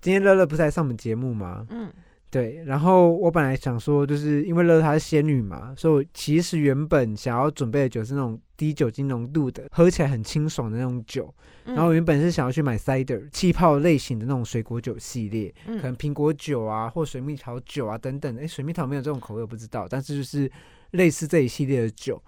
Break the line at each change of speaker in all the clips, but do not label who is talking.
今天乐乐不是来上我们节目吗？
嗯，
对，然后我本来想说，就是因为乐乐她是仙女嘛，所以我其实原本想要准备的酒是那种低酒精浓度的，喝起来很清爽的那种酒。
嗯
然后我原本是想要去买 cider 气泡类型的那种水果酒系列，可能
嗯
苹果酒啊或水蜜桃酒啊等等。诶，水蜜桃没有这种口味，我不知道，但是就是类似这一系列的酒。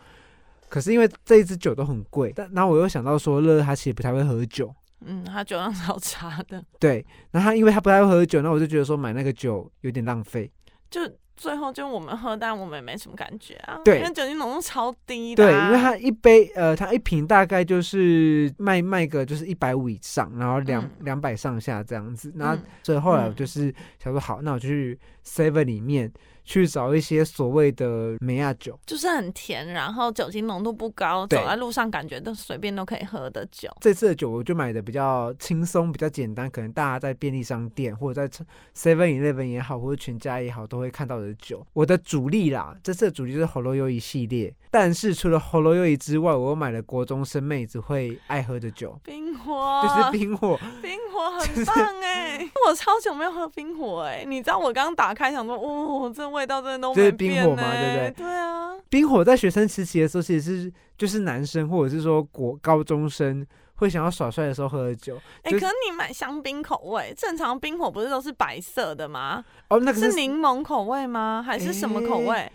可是因为这一支酒都很贵，但然后我又想到说，乐乐她其实不太会喝酒，
嗯，他酒量超差的，
对，然后他因为他不太会喝酒，那我就觉得说买那个酒有点浪费。
就最后就我们喝，但我们也没什么感觉啊，
对
因为酒精浓度超低的
对，
啊、
因为它一杯呃，它一瓶大概就是卖卖个就是一百五以上，然后两
嗯
两百上下这样子。那
嗯
所以后来我
嗯
就是想说，好，那我就去 Seven 里面去找一些所谓的梅亚酒。
就是很甜，然后酒精浓度不高，
对
走在路上感觉都随便都可以喝的酒。
这次的酒我就买的比较轻松，比较简单，可能大家在便利商店或者在 Seven Eleven 也好，或者全家也好，都会看到的酒。我的主力啦，这次的主力就是 h o l o y o 一系列，但是除了 h o l o y o 之外，我又买了国中生妹子会爱喝的酒，
冰火
就是冰火。
冰火很棒哎、 我超久没有喝冰火哎、你知道我刚打开想说，哦，这味道真的都
这
没
是
变、欸、
冰火嘛对不
对？对啊，
冰火在学生时期的时候，其实是就是男生或者是说国高中生会想要耍帅的时候喝的酒。
哎、
就是
可是你买香槟口味，正常冰火不是都是白色的吗？
哦，那个
是
是
柠檬口味吗？还是什么口味？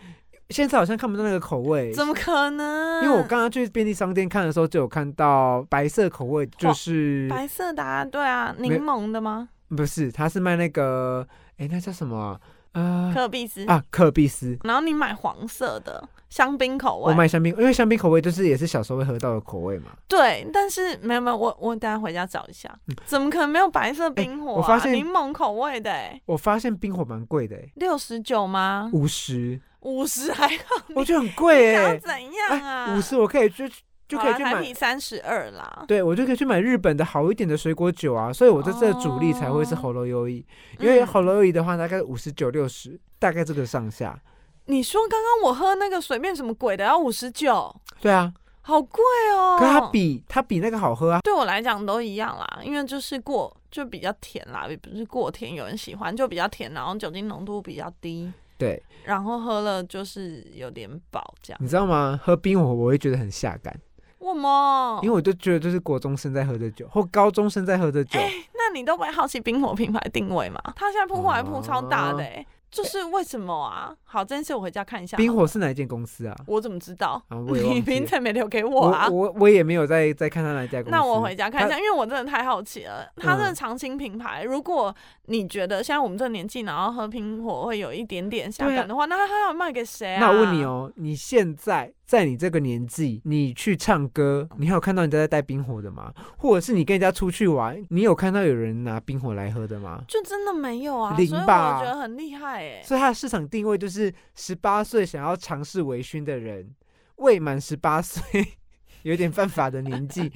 现在好像看不到那个口味，
怎么可能？
因为我刚刚去便利商店看的时候，就有看到白色口味，就是
白色的啊，对啊，
没
柠檬的吗？
不是，它是卖那个，哎，那叫什么啊？呃，
可比斯。
啊，可比斯。
然后你买黄色的香槟口
我
味，
买香槟，因为香槟口味就是也是小时候会喝到的口味嘛。
对，但是没有没有，我我等下回家找一下，怎么可能没有白色冰火、啊
嗯我发现
柠檬口味的、欸，
我发现冰火蛮贵的、诶
六十九吗？
五十，
五十还好，
我觉得很贵
想要
哎、
怎嗯样啊？
五十我可以就就可以去
好啦台
买
币三十二啦。
对，我就可以去买日本的好一点的水果酒啊，所以我这次的主力才会是
哦
喉咙优异，
嗯
因为喉咙优异的话大概五十九六十，大概这个上下。
你说刚刚我喝那个随便什么鬼的要五十九，
对啊，
好贵哦。
可是它比它比那个好喝啊。
对我来讲都一样啦，因为就是过就比较甜啦，也不是过甜，有人喜欢就比较甜，然后酒精浓度比较低，
对，
然后喝了就是有点饱这样。
你知道吗？喝冰火我会觉得很下感，
我么？
因为我就觉得就是国中生在喝的酒或高中生在喝的酒，
那你都不会好奇冰火品牌定位吗？它现在铺货还铺超
哦
大的、欸，就是为什么啊？好，这件事我回家看一下。
冰火是哪一间公司啊？
我怎么知道？
啊，我也
你
忘记
名
了。
字没留给我啊
我？我我也没有在在看他哪一 家公司。嗯
那我回家看一
它
下，因为我真的太好奇了。它这个长青品牌，如果你觉得现在我们这个年纪，然后喝苹果会有一点点下感的话，那它要卖给谁啊？
啊那我问你，哦，你现在在你这个年纪，你去唱歌，你还有看到人家在带冰火的吗？或者是你跟人家出去玩，你有看到有人拿冰火来喝的吗？
就真的没有啊，所
零
以我
吧
觉得很厉害哎、
所以它的市场定位就是十八岁想要尝试微醺的人，未满十八岁 有点犯法的年纪，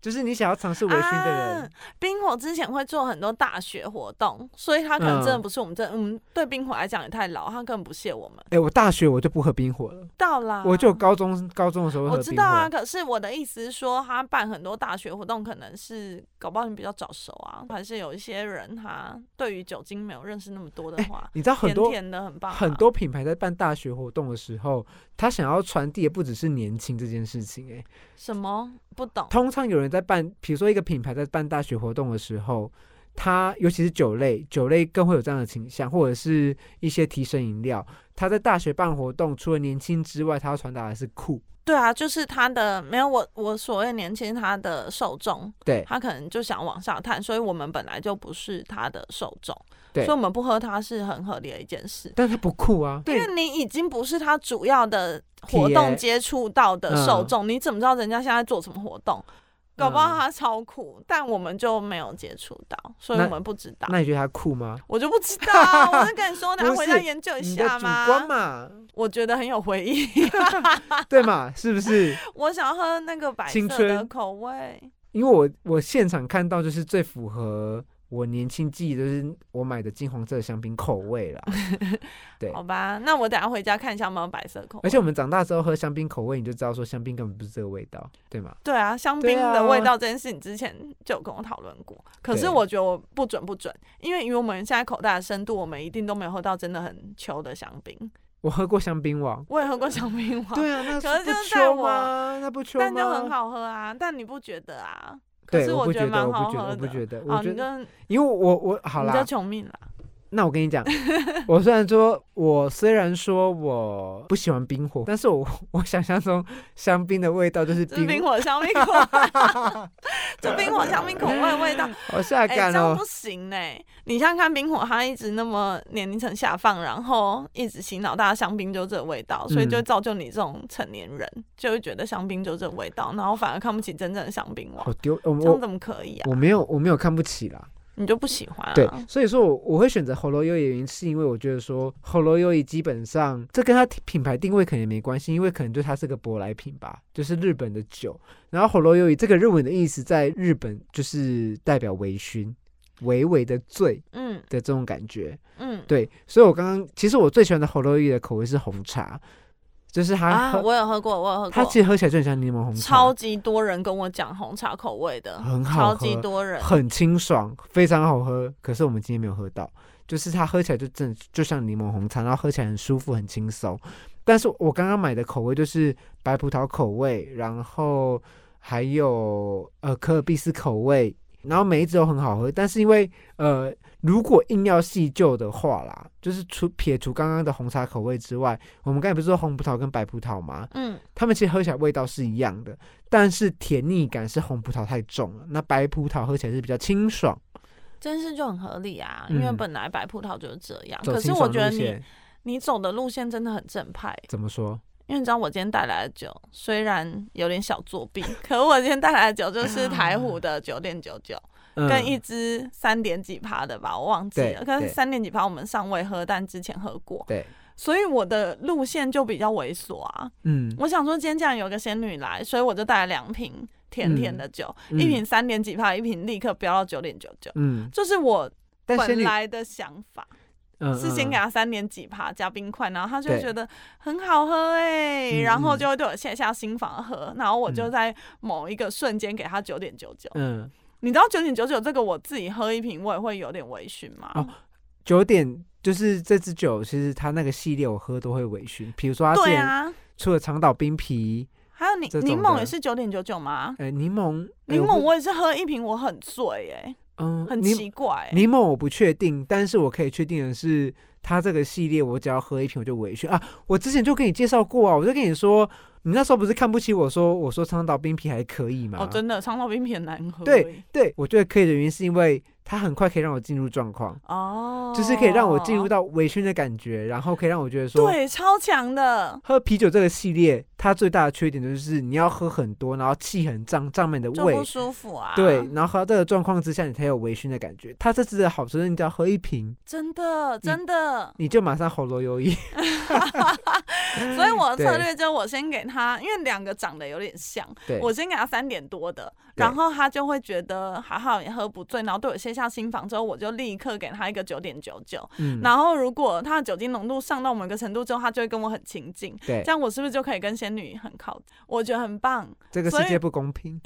就是你想要尝试微醺的人。
啊冰火之前会做很多大学活动，所以它可能真的不是我们这，嗯，对冰火来讲也太老，它根本不屑我们。
哎、我大学我就不喝冰火了，
到啦，
我就高中高中的时候会喝
啊我
冰火。
知道啊，可是我的意思是说，他办很多大学活动，可能是搞不好你比较早熟啊，还是有一些人他对于酒精没有认识那么多的话，
你知道哎很多
甜甜的很棒、啊
很。多品牌在办大学活动的时候，他想要传递的不只是年轻这件事情、哎，
什么不懂？
通常有人在办，比如说一个品牌在办大学活动的时候，它尤其是酒类，酒类更会有这样的倾向，或者是一些提神饮料。它在大学办活动，除了年轻之外，它要传达的是酷。
对啊，就是他的没有我我所谓年轻，他的受众，
对
他可能就想往下探，所以我们本来就不是他的受众，
对
所以我们不喝它是很合理的一件事。
但它不酷啊。
因为你已经不是他主要的活动
铁嗯
接触到的受众，你怎么知道人家现在做什么活动？搞不好他超酷，但我们就没有接触到，所以
那
我们不知道。
那你觉得它酷吗？
我就不知 道啊，我就跟你说，
不
拿
是
回家研究一
你的
下
主观
嘛。
嘛，
我觉得很有 回忆，
对嘛？是不是？
我想要喝那个白
青
色的
春
口味。
因为我我现场看到就是最符合我年轻记忆就是我买的金黄色的香槟口味 啦。对
好吧，那我等下回家看一下有没有白色口味。
而且我们长大之后喝香槟口味，你就知道说香槟根本不是这个味道，对吗？
对啊，香
对
槟的
啊
味道这件事，你之前就有跟我讨论过。可是
对
我觉得我不准不准，因为以我们现在口袋的深度，我们一定都没有喝到真的很秋的香槟。
我喝过香槟 王，
我也喝过香槟 王，
对啊，那
可是
不
就是在
秋
我
吗？那不秋吗？
但就很好喝啊。但你不觉得啊？可
对，
是
我
我
不
觉
觉
得蛮
得，我
好
不觉得，
喝
我不
的
觉得，我
啊，
觉
你
得，
就
因为我我好
你
啦
就，穷命啦。
那我跟 你讲，我虽然说，我虽然说我不喜欢冰火，但是我我想象中香槟的味道就是
这是
冰
冰，火香槟口味， 这冰火香槟口味的味道，
好下
哎、
感
这样
哦
不。行呢、你想想看，冰火它一直那么年龄层下放，然后一直洗脑大家香槟就这味道，所以就
嗯
造就你这种成年人、就会觉得香槟就这味道，然后反而看不起真正的香槟王
好，丢，我
这样
我
怎么可以啊？
我没有我没有看不起啦，
你就不喜欢啊？
对，所以说我我会选择 h o l o y o 的原因，是因为我觉得说 h o l o y o 基本上这跟它品牌定位可能也没关系，因为可能就它是个舶来品吧，就是日本的酒。然后 h o l o y o 这个日文的意思在日本就是代表微醺、微微的醉
嗯
的这种感觉。
嗯，
对，所以我刚刚其实我最喜欢的 h o l o y o 的口味是红茶，就是它
啊，
喝、
我有喝过，我有喝
它
过，
其实喝起来就很像柠檬红茶，
超级多人跟我讲红茶口味的，
很好
超
喝，
级多人，
很清爽，非常好喝。可是我们今天没有喝到，就是它喝起来就真的就像柠檬红茶，然后喝起来很舒服、很轻松。但是我刚刚买的口味就是白葡萄口味，然后还有呃可尔必斯口味，然后每一只都很好喝。但是因为呃，如果硬要细究的话啦，就是除撇除刚刚的红茶口味之外，我们刚才不是说红葡萄跟白葡萄吗？
嗯，
它们其实喝起来味道是一样的，但是甜腻感是红葡萄太重了，那白葡萄喝起来是比较清爽，
这件事就很合理啊，因为
嗯
本来白葡萄就是这样。
走
啊可是
清
我
爽
觉得
路
你
线。
你走的路线真的很正派，
怎么说？
因为你知道我今天带来的酒虽然有点小作弊， 可我今天带来的酒就是台虎的九点九九，
嗯
跟一支三点几趴的吧，我忘记了。
对
可是
对
三点几趴我们尚未喝，但之前喝过，
对，
所以我的路线就比较猥琐啊。
嗯，
我想说今天既然有个仙女来，所以我就带来两瓶甜甜的酒，
嗯
一瓶三点几趴，一瓶立刻飙到九点九九，
嗯，
这是我
但仙
本
女
来的想法。
嗯
是先给
嗯
他三点几趴加冰块，然后他就会
对
觉得很好喝哎、
嗯
然后
嗯
就会对我卸下心防喝，然后我就
嗯
在某一个瞬间给他九点九九。
嗯
你知道九点九九这个我自己喝一瓶我也会有点微醺吗？
哦九点。就是这支酒，其实它那个系列我喝都会微醺，比如说它之
对
前
啊，
出了长岛冰啤，
还有柠
这种
柠檬
的
也是九点九九吗？
呃，柠檬，哎
柠檬
我不
我也是喝一瓶，我很醉哎、
嗯，
很
柠
奇怪、欸。
柠檬我不确定，但是我可以确定的是，它这个系列我只要喝一瓶我就微醺啊！我之前就跟你介绍过啊，我就跟你说，你那时候不是看不起我说我说长岛冰啤还可以吗？
哦，真的，长岛冰啤很难喝、
啊对
欸。
对，我觉得可以的原因是因为它很快可以让我进入状况，
哦，
就是可以让我进入到微醺的感觉，然后可以让我觉得说。
对超强的，
喝啤酒这个系列，它最大的缺点就是你要喝很多，然后气很胀，胀满你的
就
胃，
不舒服啊。
对，然后喝到这个状况之下，你才有微醺的感觉。它这次的好处是，你只要喝一瓶，
真的真的。
你就马上喉咙有 一，
所以我的策
对
略就是我先给他，因为两个长得有点像，
对，
我先给他三点多的，
对
然后他就会觉得还好也喝不醉，然后对我卸下心防之后，我就立刻给他一个九点九九，
嗯，
然后如果他的酒精浓度上到某个程度之后，他就会跟我很亲近。
对
这，样我是不是就可以跟仙女很靠近？我觉得很棒。
这个世
所以
界不公平，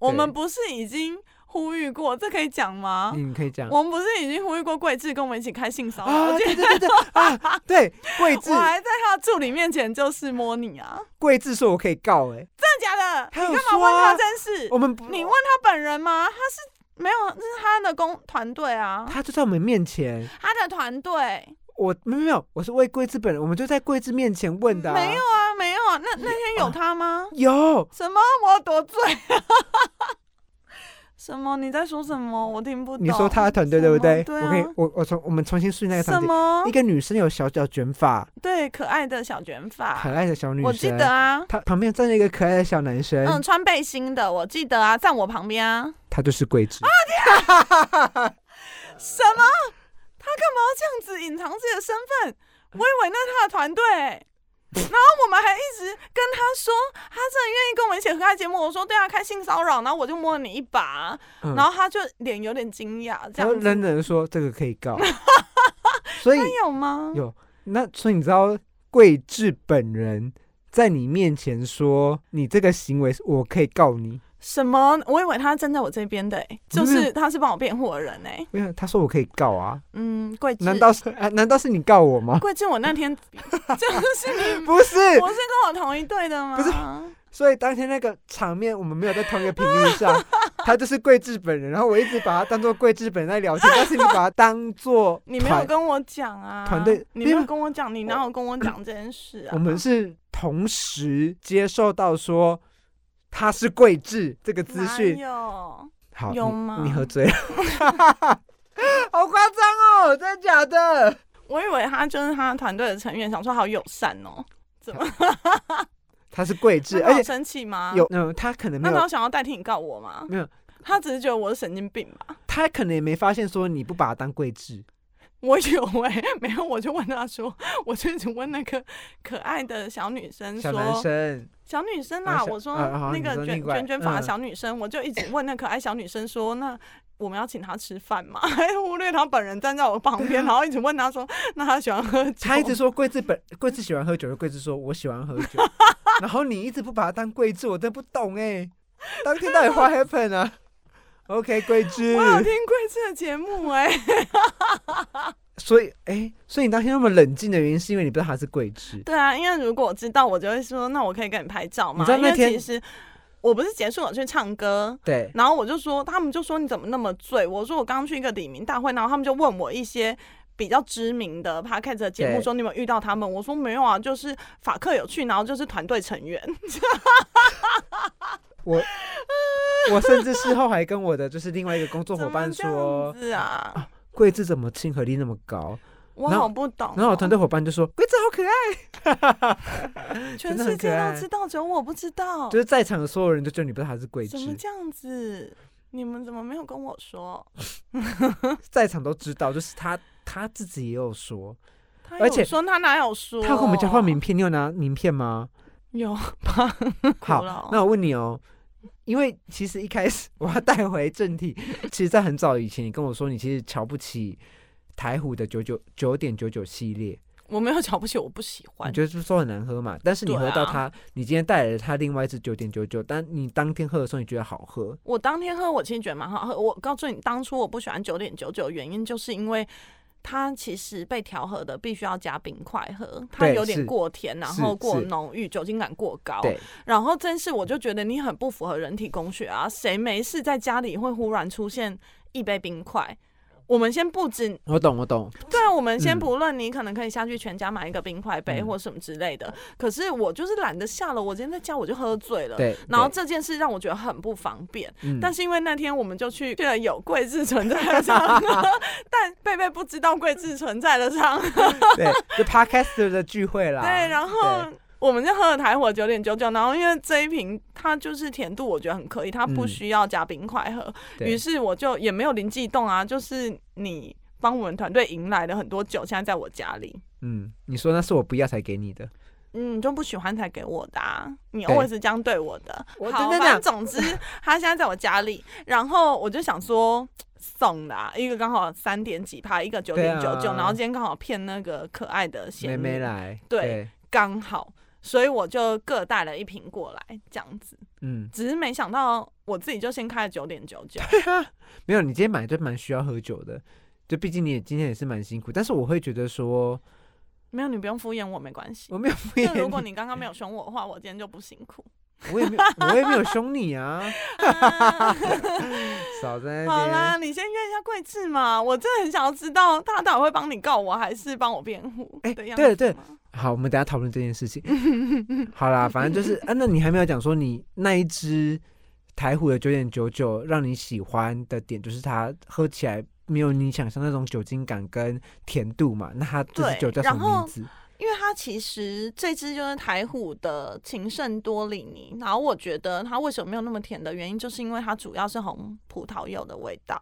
我们不是已经呼吁过，这可以讲吗？
嗯，可以这样
我们不是已经呼吁过桂智跟我们一起开性骚扰？
啊，
我记
对对对对啊，对，桂
得
智
我，还在他的助理面前就是摸你啊，
桂智说我可以告，哎，
真的假的？
他有
干嘛
说
问他
啊
这，件事？
我们不，
你问他本人吗？他是没有，这是他的工团队啊，
他就在我们面前，
他的团队
我没有没有，我是为桂智本人，我们就在桂智面前问的，哦
没有，啊，没有啊。那那天有他吗？
有，
什么？我多罪？ 什么？你在说什么？我听不懂。
你说他的团队对不对？
什么
我可
对
以
啊，。
我我从我们重新梳理那个
什
场景，
么
一？个女生有小脚卷发，
对，可爱的小卷
可
发，
爱的小女生，
啊我记得啊。
她旁边站着一个可爱的小男生，
嗯，穿背心的，我记得啊，站我旁边啊。
他就是桂智。
什么？他干嘛要这样子隐藏自己的身份？我以为那是他的团队欸、我们还一直跟他说，他真的愿意跟我们一起合开节目。我说对啊，开性骚扰，然后我就摸了你一把，
嗯
然后他就脸有点惊讶，这
然后
样
冷
子。哎
冷地说这个可以 告，所以
真有吗？
有那所以你知道桂智本人在你面前说你这个行为是我可以告你，
什么？我以为他站在我这边的、欸，就
不是
是他是帮我辩护的人哎、
没有他说我可以告啊，
嗯，桂枝，
难道是啊难道是你告我 吗？
桂枝？我那天就是你，
不是，
我是跟我同一队的吗？
不是所以当天那个场面我们没有在同一个频率上，他就是桂智本人，然后我一直把他当做桂智本人在聊天，但是你把他当做
你没有跟我讲啊，
团队
你没有
没有
跟我讲，你哪有跟我讲这件事啊？
我们是同时接受到说他是桂智这个资
哪
讯，
有？
好，
有
你
吗
你喝醉 了，好夸张哦，真的假 的？
我以为他就是他团队的成员，想说好友善哦、
他是桂智，
那他
而
有
且
生气吗？
有，嗯、他可能没
那他有
有，
想要代替你告我吗？
没有，
他只是觉得我是神经病吧。
他可能也没发现说你不把他当桂智，
我有哎、没有，我就问他说，我就一直问那个可爱的小女生
小
说，
男生，
小女生
啊
啦，
小
我说
啊好
那
你说
个
另
卷
外
卷卷发
嗯
的小女生，我就一直问那可爱小女生说，那我们要请她吃饭吗？ 还忽略她本人站在我旁 边，然后一直问她说，那她喜欢喝酒？
他一直说桂智本桂智喜欢喝酒，桂智说我喜欢喝酒，然后你一直不把他当桂智，我真不懂哎、当天到底 what happened 啊？OK，桂智，
我有听桂枝的节目哎、
所以，哎、所以你当天那么冷静的原因，是因为你不知道他是桂枝。
对啊，因为如果我知道，我就会说，那我可以跟你拍照
你
吗？
知道
因
那
为
天
其实我不是结束我去唱歌，
对，
然后我就说，他们就说你怎么那么醉？我说我刚去一个李明大会，然后他们就问我一些。比较知名的 p o d c a s 的节目
对
说你有没有遇到他们？我说没有啊，就是法克有去，然后就是团队成员。
我甚至事后还跟我的就是另外一个工作
怎
伙
么
伴
这样
说，
子啊，
桂枝怎么亲和力那么高？
我
然后
好不懂哦、
然后我团队伙伴就说，桂枝好可爱，真
全
的很
世界
可
都
爱
知道，只有我不知道
就，是在场的所有人就觉得你不知道他是桂
怎么
枝，
这样子？你们怎么没有跟我说？
在场都知道，就是他他自己也有说，
他
而且
有说他哪有说？
他跟我们交换名片，你有拿名片吗？
有吧？
好
哭了哦，
那我问你哦。因为其实一开始我要带回正 题，其实，在很早以前，你跟我说你其实瞧不起台虎的九九九点九九系列，
我没有瞧不起，我不喜欢
你。觉得是说很难喝嘛？但是你
对
喝到
啊
它，你今天带来了它另外一支九点九九，但你当天喝的时候你觉得好喝，
我当天喝，我其实觉得蛮好喝。我告诉你，当初我不喜欢九点九九，原因就是因为它其实被调和的必须要加冰块喝，它
对
有
是
点过甜，然
是
后过
是
浓郁，酒精感过高。
对，
然后真是我就觉得你很不符合人体工学啊！谁没事在家里会忽然出现一杯冰块？我们先不止，
我懂我懂，
对啊，我们先
嗯
不论你可能可以下去全家买一个冰块杯
嗯
或什么之类的，可是我就是懒得下了，我今天在家我就喝醉了。
对。
然后
对
这件事让我觉得很不方便，
嗯
但是因为那天我们就去去了有桂智存在的 场合，但贝贝不知道桂智存在的场合，
对，就 podcaster 的聚会啦，
对，然后我们就喝了台火九点九九，然后因为这一瓶它就是甜度，我觉得很可以，它不
嗯
需要加冰块喝，
对
于是我就也没有灵机一动啊，就是你帮我们团队迎来了很多酒，现在在我家里。
嗯，你说那是我不要才给你的，
嗯，就不喜欢才给我的、啊，你
对
always 这样对我的。
我
好，
真的
反
讲
正总之他现在在我家里，然后我就想说送啦、一个刚好三点几趴，一个九
对
点
啊
九九，然后今天刚好骗那个可爱的仙
妹
女
妹来，
对
对，
刚好，所以我就各带了一瓶过来，这样子。
嗯，
只是没想到我自己就先开了九点九九，
没有，你今天买就蛮需要喝酒的，就毕竟你也今天也是蛮辛苦，但是我会觉得说
没有你不用敷衍我，没关系。
我没有敷
就
衍
如果
你，
你刚刚没有凶我的话，我今天就不辛 苦。
我也没有，我也没有凶你啊，
啊
少在那
好
边，
啦，你先约一下桂智嘛，我真的很想要知道他到底会帮你告我，还是帮我辩护
哎
的样子、
对对，好，我们等一下讨论这件事 情。好啦，反正就是啊，那你还没有讲说你那一只台虎的九点九九让你喜欢的点，就是它喝起来没有你想象那种酒精感跟甜度嘛？那它这支
对
酒叫什
然
么
后
名字？
因为它其实这支就是台虎的情圣多里尼，然后我觉得它为什么没有那么甜的原因，就是因为它主要是红葡萄柚的味道。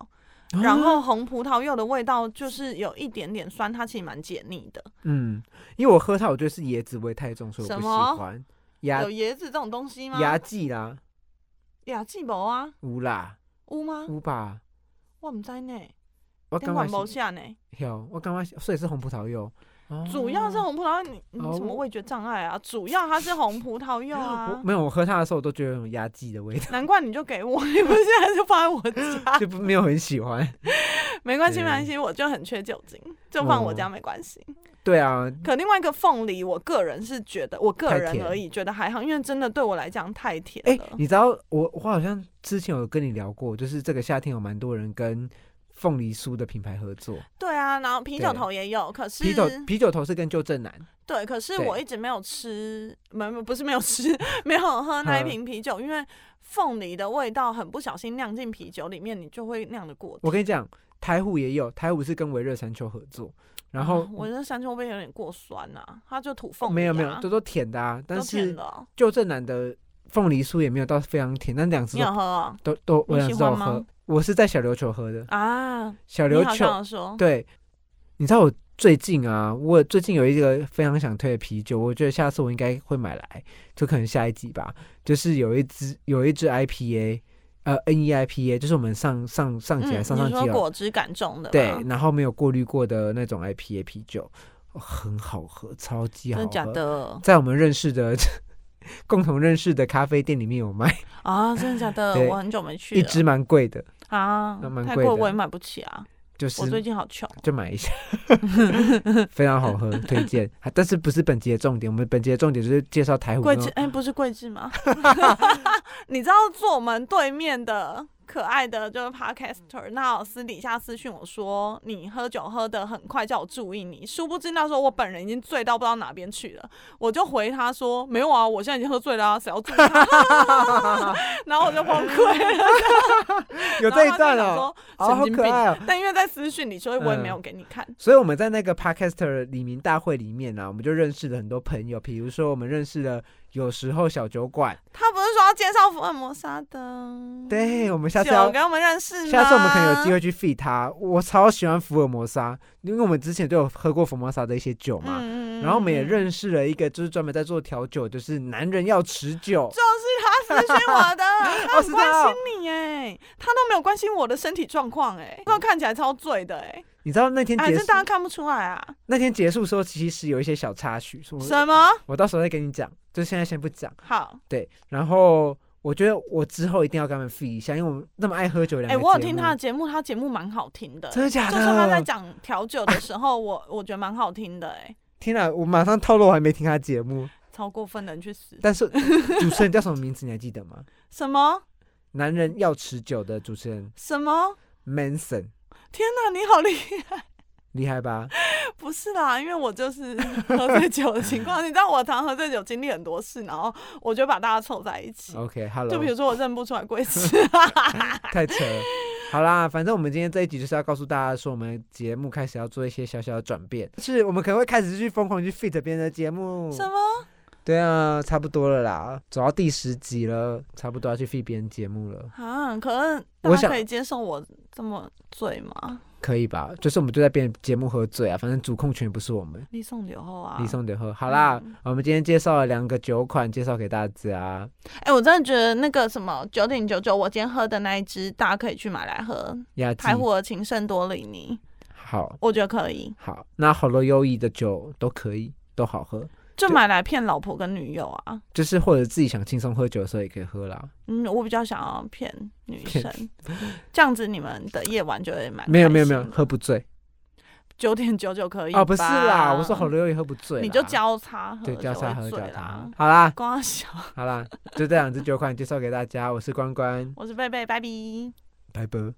哦
然
啊
后红葡萄柚的味道就是有一点点酸，它其实蛮解腻的。
嗯，因为我喝它，我觉得是椰子味太重，所以我
什
不喜
么
欢。牙
有椰子这种东西吗？
牙记啦，
雅季无啊，
有啦，
有吗？
有吧？
我唔知呢，
我
跟
感
管不
觉是
下呢。
有，我感觉是所以是红葡萄柚。哦
主要是红葡萄，你你什么
哦
味觉障碍啊？主要它是红葡萄
我
柚啊，
没有，我喝它的时候我都觉得有种压记的味道，
难怪你就给我， 你不是现在就放在我 家？
就不没有很喜欢。
没关系，
对
没关系，我就很缺酒精，就放我家
嗯哦
没关系。
对啊，
可另外一个凤梨，我个人是觉得，我个
太
人
甜
而已，觉得还好，因为真的对我来讲太甜
哎、
了。
你知道我我好像之前有跟你聊过，就是这个夏天有蛮多人跟凤梨酥的品牌合作，
对啊，然后啤酒
对
头也有，可是
啤酒啤酒头是跟旧正南，
对，可是
对
我一直没有吃，没没不是没有吃， 没有喝那一
嗯
瓶啤酒，因为凤梨的味道很不小心酿进啤酒里面，你就会酿的过
我
甜。
跟你讲，台虎也有，台虎是跟维热山丘合作，然后哦
啊、我这山丘会不会有点过酸呐、啊？它就土凤、梨
没有没有
啊
都都甜的啊，但
都甜
是
的哦、
旧正南的凤梨酥也没有到非常甜，但两只
你有喝啊？
都都都我
你
两
喜
只都有
欢吗
喝，我是在小琉球喝的，
啊，
小
你
琉
好
球
像有说，
对，你知道我最近啊，我最近有一个非常想推的啤酒，我觉得下次我应该会买来，就可能下一集吧。就是有一支有一支 IPA，呃，NEIPA，就是我们上上上集还上上
嗯你说
集了，
果汁感重的吗，啊
对，然后没有过滤过的那种 IPA 啤酒，哦很好喝，超级
真
好
的
喝。
假的
在我们认识的 共同认识的咖啡店里面有卖，
啊？真的假的？
对
我很久没去
一
了
支蛮贵的，
啊
那，蛮
太
贵
贵
的
我也买不起啊，
就是
我最近好穷。
就买一下， 非常好喝，推荐。啊但是不是本集的重点，我们本集的重点就是介绍台虎
桂
那
枝
种。
哎、不是桂枝 吗？ 你知道坐我们对面的可爱的就是 podcaster，那有私底下私讯我说你喝酒喝得很快，叫我注意你。殊不知那时候我本人已经醉到不知道哪边去了，我就回他说没有啊，我现在已经喝醉了、啊，谁要注意他？然后我就崩溃了。
有这一段
然
哦，哦，
后他就想说神
好
经
可
病。
爱哦。
但因为在私讯里，所以我也没有
嗯
给你看。
所以我们在那个 Podcaster 李明大会里面呢、啊，我们就认识了很多朋友，比如说我们认识了有时候小酒馆，
他不是说要介绍福尔摩沙的？
对我们下次
酒
要。
给我们认识吗，
下次我们可能有机会去 feed 他，我超喜欢福尔摩沙，因为我们之前都有喝过福尔摩沙的一些酒嘛，
嗯
然后我们也
嗯嗯
认识了一个就是专门在做调酒，就是男人要持久，
就是他私讯我的，他很
是
关
他哦
心你哎，他都没有关心我的身体状况哎，那看起来超醉的哎，
你知道那天
还
结
是
束
大家看不出来啊？
那天结束的时候，其实有一些小插曲，是我
什么？
我到时候再跟你讲，就现在先不讲。
好，
对，然后我觉得我之后一定要跟他们 f 一下，因为我们那么爱喝酒两个
哎，我有
节
听
目
他的节目，他节目蛮好听的，
真的假
就
的？
是他在讲调酒的时候，我 我觉得蛮好听的哎，
天哪，我马上透露我还没听他节目，
超过分的人去死！
但是主持人叫什么名字你还记得吗？
什么
男人要持久的主持人
什么？
Manson，
天哪，你好厉害！
厉害 吧？
不是啦，因为我就是喝醉酒的情况，你知道我常喝醉酒经历很多事，然后我就把大家凑在一 起。就比
OK，Hello，、
如说我认不出来 贵司，
太扯了。好啦，反正我们今天这一集就是要告诉大家说，我们节目开始要做一些小小的转变，是我们可能会开始去疯狂去 fit 别人的节目。
什么？
对啊，差不多了啦，走到第十集了，差不多要去 fit 别人节目了，
啊，可是
我
大家
想
可以接受我这么醉吗？
可以吧？就是我们就在别人节目喝醉啊，反正主控权不是我们，
立送酒后啊，
李松得喝。好啦，
嗯
我们今天介绍了两个酒款，介绍给大家。
哎、我真的觉得那个什么九点九九，我今天喝的那一支，大家可以去买来喝。
雅集
台虎的情圣多里尼，
好
我觉得可以，
好，那好了，优异的酒都可以，都好喝，
就
对
买来骗老婆跟女友啊。
就是或者自己想轻松喝酒的时候也可以喝啦。
嗯，我比较想要骗女生，这样子你们的夜晚就会蛮
没有没有没有，喝不醉
九点九九可以
哦，不是啦，
吧
我说好了优异喝不醉啦，
你就交叉喝，
对交叉喝
就
交
会醉
叉
啦
喝。。好啦
光小，
好啦，就这两支酒款介绍给大家，我是关关，
我是贝贝，拜拜。
拜拜。